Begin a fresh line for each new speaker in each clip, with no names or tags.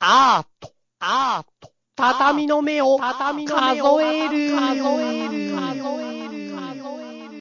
アート、アート、畳の目を、畳の目を数える、数える、数える、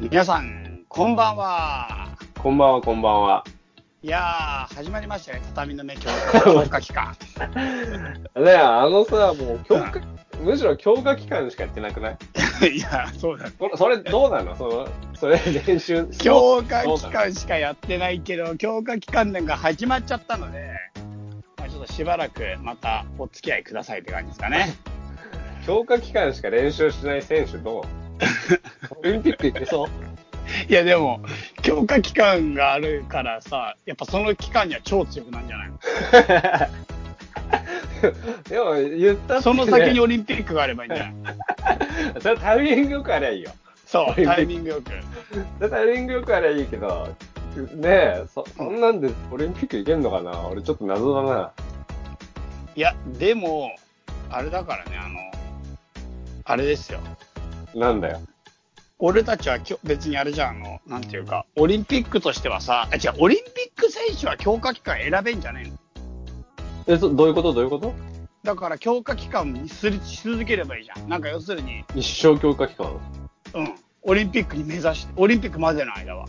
皆さん、こんばんは。
こんばんは、こんばん は。
いやー、始まりましたね、畳の目教教科期間。
ねえ、あのさ、もう、強化、むしろ強化期間しかやってなくない
いや、そうだ。
これそれどうなのその、それ練習。
強化期間しかやってないけど、強化期間なんか始まっちゃったので、まあ、ちょっとしばらくまたお付き合いくださいって感じですかね。
強化期間しか練習しない選手どう オリンピック行ってそう
いや、でも、強化期間があるからさ、やっぱその期間には超強くなんじゃないの
でも、言ったって、ね、
その先にオリンピックがあればいいんじゃない
それ タイミングよくありゃいいよ。
そう、タイミングよく。
それタイミングよくありゃいいけど、ねえ、そそんなんでオリンピック行けんのかな俺ちょっと謎だな。
いや、でも、あれだからね、あの、あれですよ。
なんだよ。
俺たちはきょ別にあれじゃん、あの、なんていうか、オリンピックとしてはさ、あ違う、オリンピック選手は強化期間選べんじゃねえの。
え、そどういうことどういうこと
だから強化期間にすりし続ければいいじゃん。なんか要するに、
一生強化期間
うん、オリンピックに目指して、オリンピックまでの間は。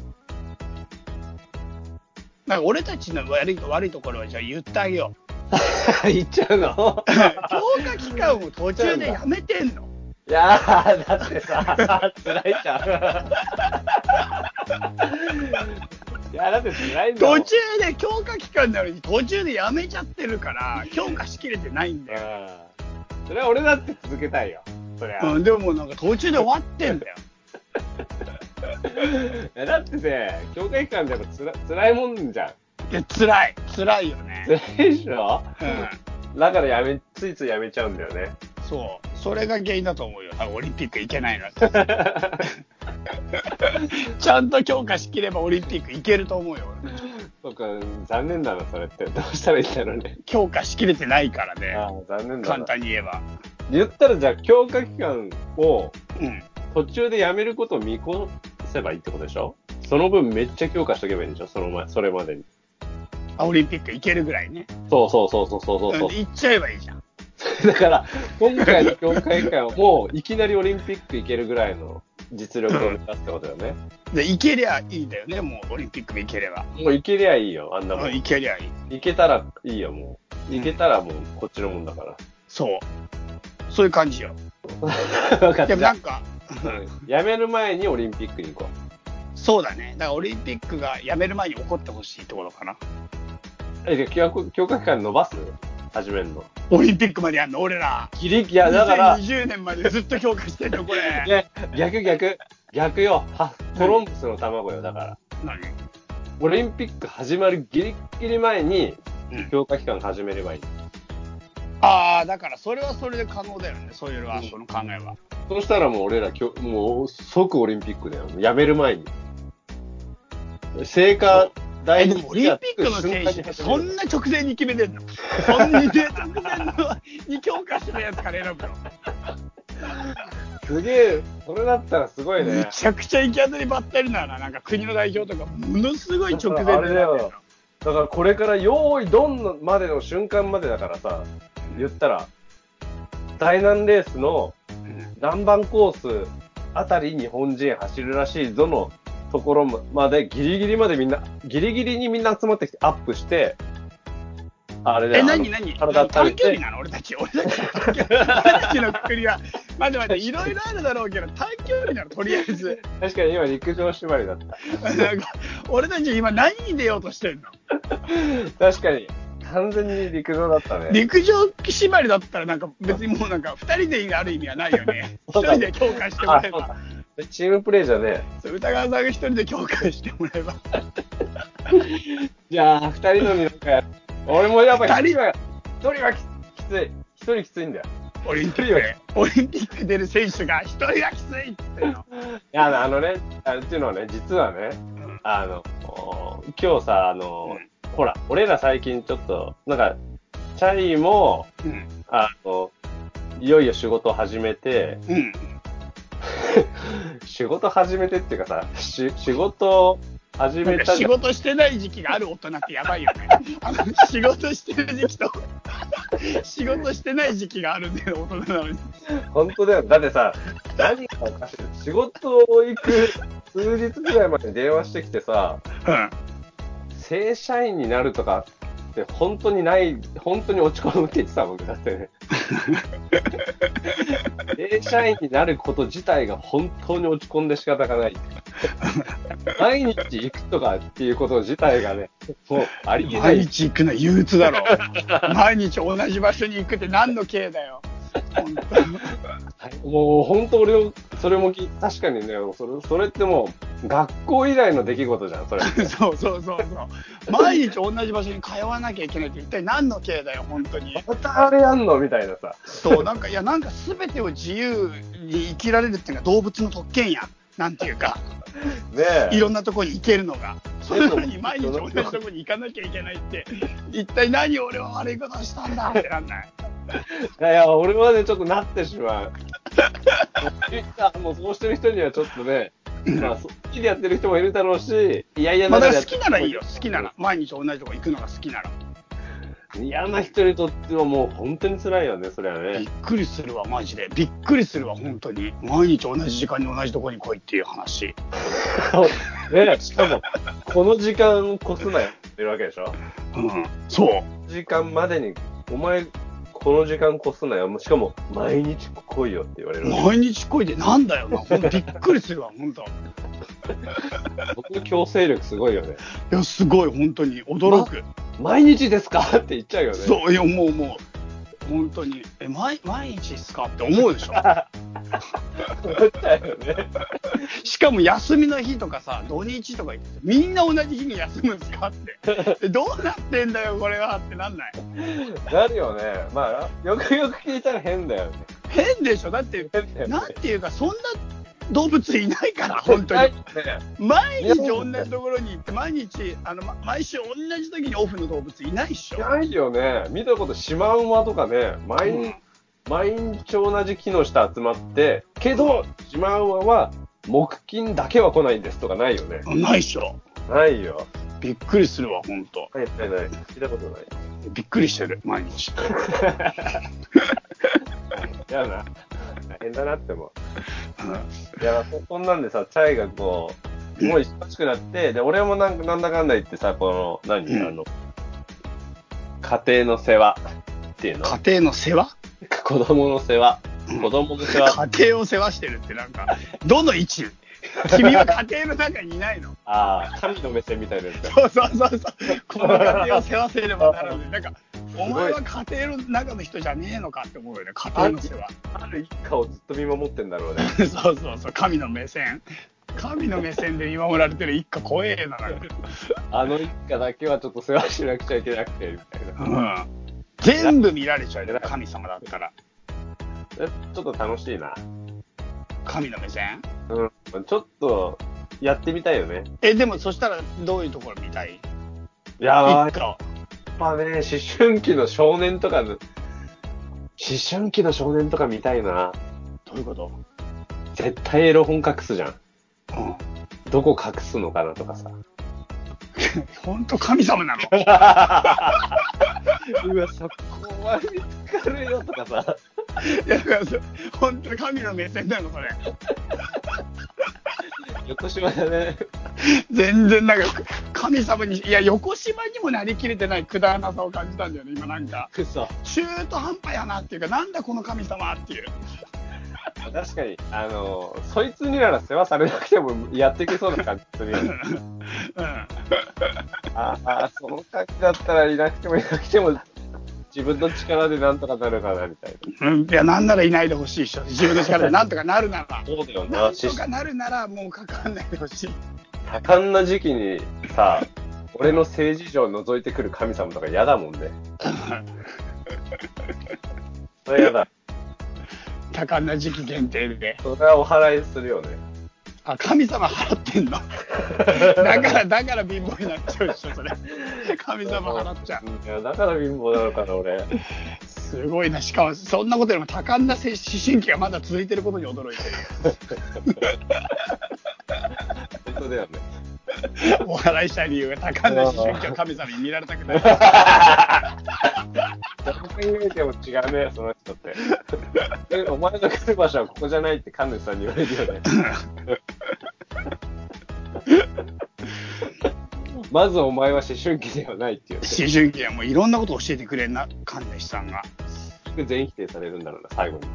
なんか俺たちの悪い悪いところはじゃあ言ってあげよ う。
行っちゃうの
強化期間を途中でやめてんの。
いやー、だってさ、辛いじゃ ん。いや、だって辛いんだもん
途中で強化期間なのに途中でやめちゃってるから、強化しきれてないんだよ。
うんそれは俺だって続けた いよ。そりゃ。
うん、でもなんか途中で終わってんだよ。
いやだってね、強化期間でもつら辛いもんじゃん。
で、辛い。辛いよね。
辛いでしょ
うん。
だからやめ、ついついやめちゃうんだよね。
そう。それが原因だと思うよ。あオリンピック行けないの は。ちゃんと強化しきればオリンピック行けると思うよ。俺
そっか、残念だな、それって。どうしたらいいんだろうね。
強化しきれてないからね。
ああ、残念だな。
簡単に言えば。
言ったらじゃあ、強化期間を
うん。
途中でやめることを見越せばいいってことでしょその分めっちゃ強化しとけばいいんでしょその前、それまでに。
あオリンピック行けるぐらいね。
そうそうそうそうそうそう
うん行っちゃえばいいじゃん。
だから、今回の強化期間はもういきなりオリンピック行けるぐらいの実力を目指すってことだよね。
で、行けりゃいいんだよね。もうオリンピックも行ければ。
もう行けりゃいいよ、あんなも。
うんん行けりゃいい。
行けたらいいよ、もう。行けたらもうこっちのもんだか
そう。そういう感じよ。
ら。 分かっ
で
た。
もなんか、
やめる前にオリンピックに行こう。
そうだね。だからオリンピックがやめる前に起こってほしいってことかな。
え、で強化強化期間伸ばす始めるの。
オリンピックまでやんの、俺ら。
ギリギリ、いや、だから、
2020年までずっと強化してんの、こ
い
れ。
や逆逆、逆よ。はコロンブスの卵よ、だから。
何
オリンピック始まるギリギリ前に
うん
強化期間始めればいい。
ああ、だからそれはそれで可能だよね、そういうのは、その考えは。
そうしたらもう俺らきょ、もう即オリンピックだよ。やめる前に。成果
え
第
で
二
もオリンピックの選手ってそんな直前に決めてんのそんな直前のに強化してるやつから選ぶの
すげえ、それだったらすごい
め
ね。
ちゃくちゃ行き当たりばったりなのななんか国の代表とかものすごい直前で
あれだよだからこれから用意どんのまでの瞬間までだからさ、言ったら、第何レースの南蛮コースあたり日本人走るらしいぞのところまでギリギリまでみんな、ギリギリにみんな集まってきてアップして、あれだ
え、
よ。
なに
あ
な
の
に
体
短
温めて
距離なの俺たち。俺たちの短距離、俺たちの国は。待って待って、いろいろあるだろうけど、短距離なのとりあえず。
確かに今陸上縛りだった。
なんか、俺たち今何に出ようとしてんの
確かに。完全に陸上だったね。
陸上縛りだったらなんか別にもうなんか2人である意味はないよね一
そうだ
人
ね
で共感しても
あ
らえ
そうだ
ば
チームプレーじゃね
そう歌川さんが一人で共感してもらえば
え。じゃあ、二人のになん か、俺もやっぱ
二人
一人は、一人はききつい。一人きついんだよ。
オリンピックでオリンピック出る選手が一人がきついっつってんの
いや、あのね、あのっていうのはね、実はね、
ん
あの、お今日さ、あの、
うん
ほら、俺ら最近ちょっと、なんか、チャイも、
うん
あの、いよいよ仕事を始めて、
うん
仕事始めてっていうかさ、し仕事始
な
め
ん
た
か
ん
仕
だ
事してない時期がある大人ってやばいよ ね。あの仕事してる時期と 仕事してない時期があるんだよ、大人なのに。
本当だよ。だってさ、何がおかしい仕事を行く数日ぐらいまで電話してきてさ、
うん
正社員になるとかって本当にない、本当に落ち込むって言ってた僕だって ね。正社員になること自体が本当に落ち込んで仕方がない。毎日行くとかっていうこと自体がね、もうありえな
毎
い。
日行くのは憂鬱だろ。毎日同じ場所に行くって何の刑だよ。本当に
もう本当俺を、それもき確かにね、それそれってもう学校以来の出来事じゃん、それ。
そうそうそうそう。毎日同じ場所に通わなきゃいけないって一体何の刑だよ、本当に。
またあれやんのみたいなさ。
そう、なんか、いや、なんか全てを自由に生きられるっていうのが動物の特権や。なんていうか、
ねえ。
いろんなとこに行けるのが。それなのに毎日同じとこに行かなきゃいけないって、一体何俺は悪いことをしたんだってなんない。
いやいや、俺はね、ちょっとなってしまう。もうそうしてる人にはちょっとね、まあ、好きでやってる人もいるだろうし、いやいや
まあ、だ
で
から
やっ
好
て
き
る
な
人も
らいいよ、好きなら。。毎日同じとこ行くのが好きなら。
嫌な人にとってはもう本当に辛いよね、それは
び
ね
っ。くりするわ、マジで。びっくりするわ、本当に。毎日同じ時間に同じとこに来いっていう話。
ねしかも、この時間を越すなよって言うわけでしょ。
うん、そう。
時間までに、お前、この時間越すなよ。もうしかも、毎日来いよって言われる。
毎日来いでなんだよな、ほんとびっくりするわ、本当。い
僕の強制力すごいよね。
や、すごい、本当に驚く。
毎日ですかって言っちゃうよね。
そう、いや、もう、もう、本当に、え、毎毎日ですかって思う でしょ。
思っちゃうよね。
しかも休みの日とかさ、土日とか言って、みんな同じ日に休むんですか って。えどうなってんだよ、これはってなんない。
なるよね。まあ、よくよく聞いたら変だよね。
変でしょ、だって、
変だよね。
なんていうか、そんな動物いないから、本当に。毎日同じところに行って、毎日、あの、ま毎週同じ時にオフの動物いないっしょ。
ないよね。見たこと、シマウマとかね、毎日、毎日同じ木の下集まって、けど、シマウマは木金だけは来ないんですとかないよね。
ないっしょ。
ないよ。
びっくりするわ、本当。
ないないない。聞いたことない。
びっくりしてる、毎日。
やだな。変だなって思う。いや、そそんなんでさ、チャイがこう、もう忙しくなって、で、俺もなんかなんだかんだ言ってさ、この、何、
うん
あの、家庭の世話っていうの
家庭の世話
子供の世話。子供の世話。
家庭を世話してるってなんか、どの位置 君は家庭の中にいないの
ああ、神の目線みたいなやつだ。
そうそうそうそう。この家庭を世話せればなら ない。なんか、
ごい
お前は家庭の中の人じゃねえのかって思うよね、家庭の世話。
ある一家をずっと見守ってんだろうね。
そうそうそう、神の目線。神の目線で見守られてる一家怖えな、なんか。
あの一家だけはちょっと世話しなくちゃいけなくて、みたいな。
うん。全部見られちゃうよ、神様だったら。
えちょっと楽しいな。
神の目線
うん。ちょっと、やってみたいよね。
え、でもそしたらどういうところ見たい
いやー、
一家を。
まあね、思春期の少年とかの、思春期の少年とか見たいな。
どういうこと
絶対エロ本隠すじゃん。
うん。
どこ隠すのかなとかさ。
本当神様なの
うわ、そこは見つかるよとかさ。
いやだからそ本当に神の目線なのそれ
横島だね。
全然なんか神様にいや横島にもなりきれてないくだらなさを感じたんだよね今なんか
くそ。
中途半端やなっていうかなんだこの神様っていう
確かに、あの、そいつになら世話されなくてもやっていけそうな感じするよね。
うん
ああ、その感じだったらいなくてもいなくても、自分の力でなんとかなるかな、みたいな。
うんいやなんならいないでほしいっしょ自分の力でなんとかなるなら
そうだよ
なんとかなるならもうかかんないでほしい
多感な時期にさ、俺の性事情を覗いてくる神様とか嫌だもん ね。それ嫌だ。
多感な時期限定で
それはお祓いするよね。
あ神様払ってんのだからだから貧乏になっちゃうっしょそれ神様払っちゃう
いや、だから貧乏なのかな、俺。
すごいな、しかもそんなことよりも多感な精思春期がまだ続いてることに驚いてる。
本当だよね。
お祓いした理由が高梨俊樹は神様に見られたくない。
どう考えても違うね、その人って。 え、お前の来る場所はここじゃないって神主さんに言われるよね。まずお前は思春期ではないっていう、ね。
思春期はもういろんなことを教えてくれるな、神主さんが。
全否定されるんだろうな、最後にね。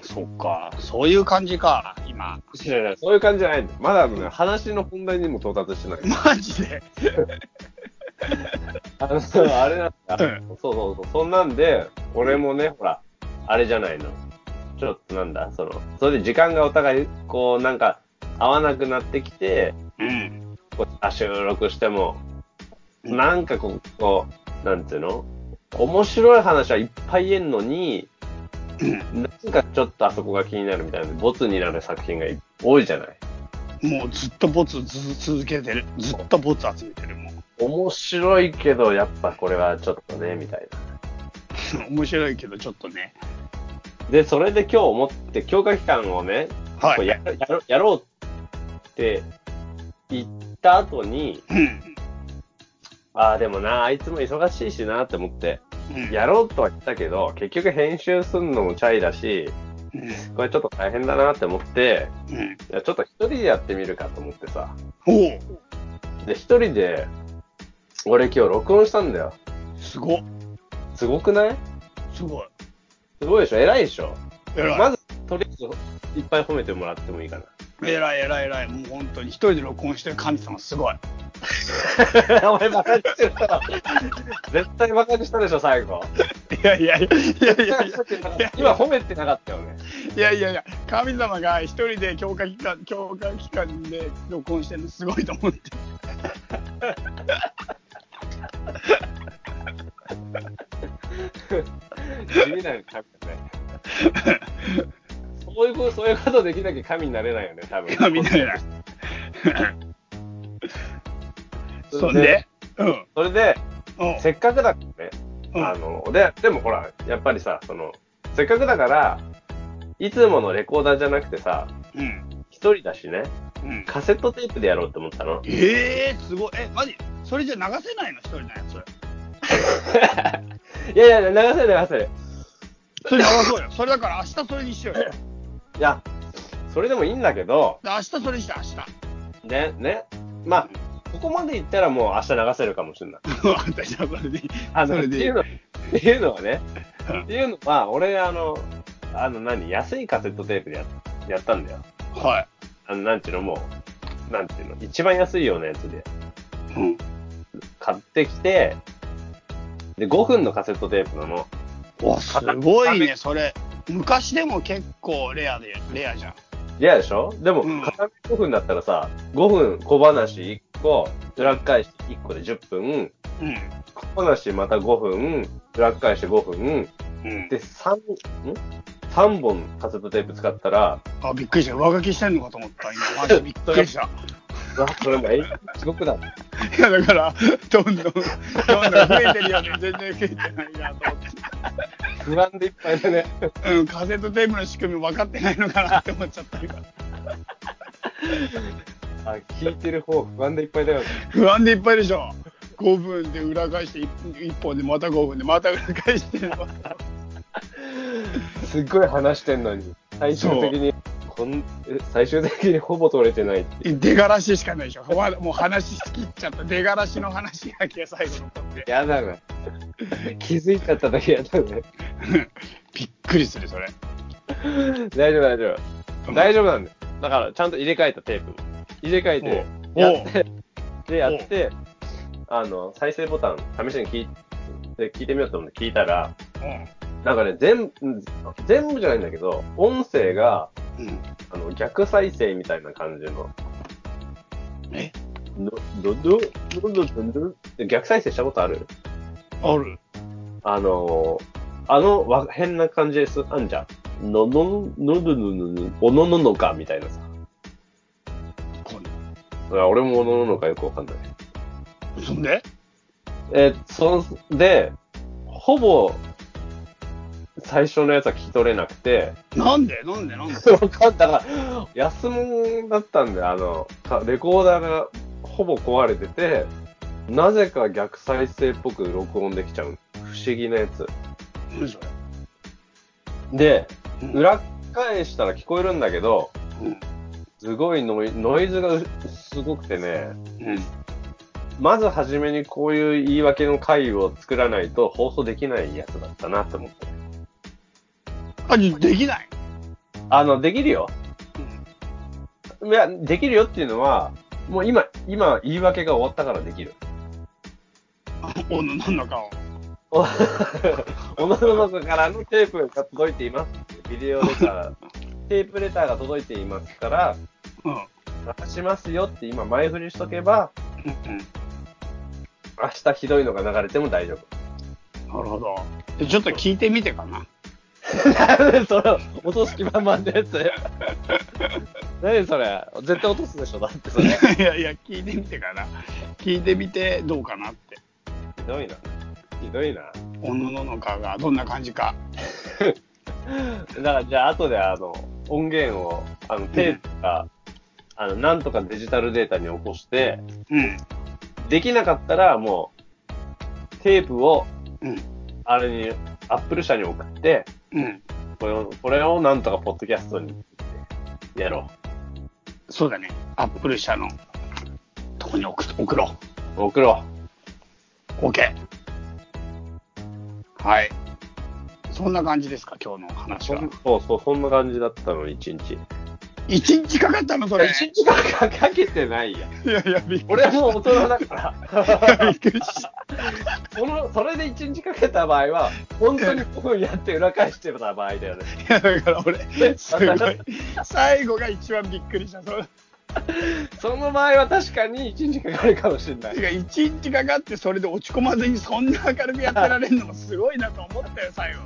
そっか、そういう感じか、今。
いやいやそういう感じじゃないんだよまだ、ね、話の本題にも到 達してない。
マジで。
あの、あれなんだ。
うん
そうそうそう。そんなんで、俺もね、ほら、あれじゃないの。ちょっとなんだ、その、それで時間がお互い、こう、なんか、合わなくなってきて、
うん。
こうあ収録しても、なんかこう、こうなんていうの面白い話はいっぱい言えんの に、なんかちょっとあそこが気になるみたいな、ボツになる作品が多いじゃない。
もうずっとボツず続けてる。ずっとボツ集めてるもん。
面白いけど、やっぱこれはちょっとね、みたいな。
面白いけど、ちょっとね。
で、それで今日思って、強化期間をね、
は
こう
い。
ややろやろうって言った後に、
うん。
ああ、でもな、あいつも忙しいしなって思って、
うん
やろうとは言ったけど、結局編集すんのもチャイだし、
うん。
これちょっと大変だなって思って、
うん。
いやちょっと一人でやってみるかと思ってさ。
おう
で、一人で、俺今日録音したんだよ。
すごっ。
すごくない
すごい。
すごいでしょ偉いでしょ
偉い。
まず、とりあえず、いっぱい褒めてもらってもいいかな。
偉い偉い偉い。もう本当に一人で録音してる神様すごい。
お前バカにしてるだろ絶対バカにしたでしょ、最後。
いやいやいやいやいやいや。
今褒めてなかったよね。
いやいやいや、神様が一人で強化期間、強化期間で録音してるのすごいと思って。
地味な神だね。そういうこと、そういうことできなきゃ神になれないよね、多分。
神なら。そんで、うん、
それで、
うん、
せっかくだからね。
うん
あの、で、でもほら、やっぱりさ、その、せっかくだから、いつものレコーダーじゃなくてさ、
うん、
一人だしね、
うん。
カセットテープでやろうって思った の。
ええー、すごい。え、マジそれじゃ流せないの一人のやつ。
いやいや、流せる流せる。
それ流そうよ。それだから明日それにしようよ。
いや、それでもいいんだけど、
明日それにして、明日。
ね、ね、まあ、ここまで行ったらもう明日流せるかもしれない。
私はそれでいい。
あ
そ
の、
れ
って
でいい
いう。の、っていうのはね、っていうのは、俺、あの、あの何、安いカセットテープでややったんだよ。
は
あの、なんていうの、もう、なんていうの、一番安いようなやつで
い。うん。
買ってきて、で、5分のカセットテープなの。
わ、すごいね、それ。昔でも結構レアで、レアじゃん。
嫌でしょでも
うん、
片目5分だったらさ、5分小話1個、裏返して1個で10分、
うん。
小話また5分、裏返して5分、
うん、
で、3、ん ?3 本カセットテープ使ったら、
あ、びっくりした。上書きしてんのかと思った。今、マジびっくり した。
うわ、それもえ、地獄だ。
いや、だから、どんどん、どんどん増えてるよね。全然増えてないなと思っ
不安でいっぱいだね。
て。うん、カセットテープの仕組み分かってないのかなって思っちゃったから。
あ、聞いてる方不安でいっぱいだよね。
不安でいっぱいでしょ。5分で裏返して1本でまた5分でまた裏返してまた
すっごい話してんのに、最終的に、こんえ最終的にほぼ取れてないって。
出がらししかないでしょわもう話しきっちゃった出がらしの話だけ最後残って
やだな。気づいちゃっただけやだね。
びっくりするそれ
大丈夫、大丈夫。大丈夫なんだよ。だから、ちゃんと入れ替えたテープ。入れ替えて、
おう
やって、で、やって、あの、再生ボタン、試しに聞いで聞いてみようと思って聞いたら、なんかね、全部、ん全部じゃないんだけど、音声が、
うん、うん、
あの、逆再生みたいな感じの、
え
ど、ど、ど、ど、ど、ど、ど、で逆再生したことある
ある
あのー、あの、わ、変な感じです。あんじゃん。のの、のどののの、おのののか、みたいなさ。
今
いや俺もおのののかよくわかんない。
度そんで
えーその、で、ほぼ、最初のやつは聞き取れなくて、
なんでなんでなんで
わかんだから、安物だったんで、あの、かレコーダーがほぼ壊れてて、なぜか逆再生っぽく録音できちゃう。不思議なやつ。
何それ
で、
うん
裏返したら聞こえるんだけど、
うん
すごいノイノイズがうすごくてね、
うん
まず初めにこういう言い訳の回を作らないと放送できないやつだったなと思って。
あ、できない。
あの、できるよ。いや、できるよっていうのは、もう今、今、言い訳が終わったからでき る。
おの、なんだかを。
おおのののからのテープが届いています。ビデオレタ ー、テープレターが届いていますから、
うん。
出しますよって今前振りしとけば、
うん
明日ひどいのが流れても大丈夫。
な るほど。でちょっと聞いてみてかな。
何それ、落とす気満々のや つ。何それ、絶対落とすでしょ、だってそれ。ひ
いやいや、聞いてみてかな。聞いてみて、どうかなって。
どいな。ひどいな。
おのののかがどんな感じか。
だから、じゃあ、後で、あの、音源を、あの、テープか、あの、なんとかデジタルデータに起こして、
うん。
できなかったら、もう、テープを、
うん。
あれに、アップル社に送って、
うん。
これを、これをなんとかポッドキャストに、やろ
そうだね。アップル社のとこに送送ろ
う。送ろ
う。OK。はい。そんな感じですか、今日の
う。
話
そ
は。
うそう、そんな感じだったの、一日。い
一日かかったの、そ
や、
れ。
一日かかけてないや。
いやいや、びっくり
俺はもう大人だか ら。
びっくりした。
その、それで一日かけた場合は、本当に5分やって裏返してた場合だよね。
いや、だから俺、すごい。最後が一番びっくりした。その
その場合は確かに1日かかるかもしれない
て。か一日かかってそれで落ち込まずにそんな明るくやってられるのもすごいなと思ったよ最後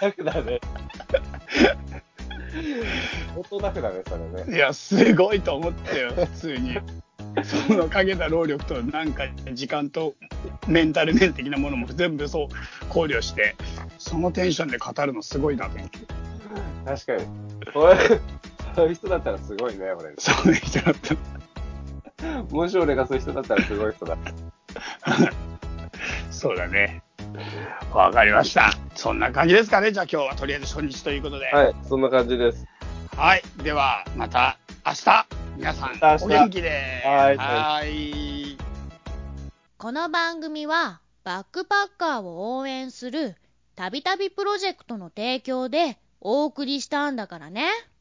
楽だ ね。相当楽だね、それね。
いやすごいと思ったよ普通にそのかけた労力となんか時間とメンタル面的なものも全部そう考慮してそのテンションで語るのすごいなと思って
確かに。そういう、 そういう人だったらすごいね、俺。
そういう人だった
もし俺がそういう人だったらすごい人だ。
そうだねわかりましたそんな感じですかねじゃあ今日はとりあえず初日ということで
はい、そんな感じです。
はい、ではまた明日皆さん
また明日
お元気で
はい
はい
この番組はバックパッカーを応援するたびたびプロジェクトの提供でお送りしたんだからね。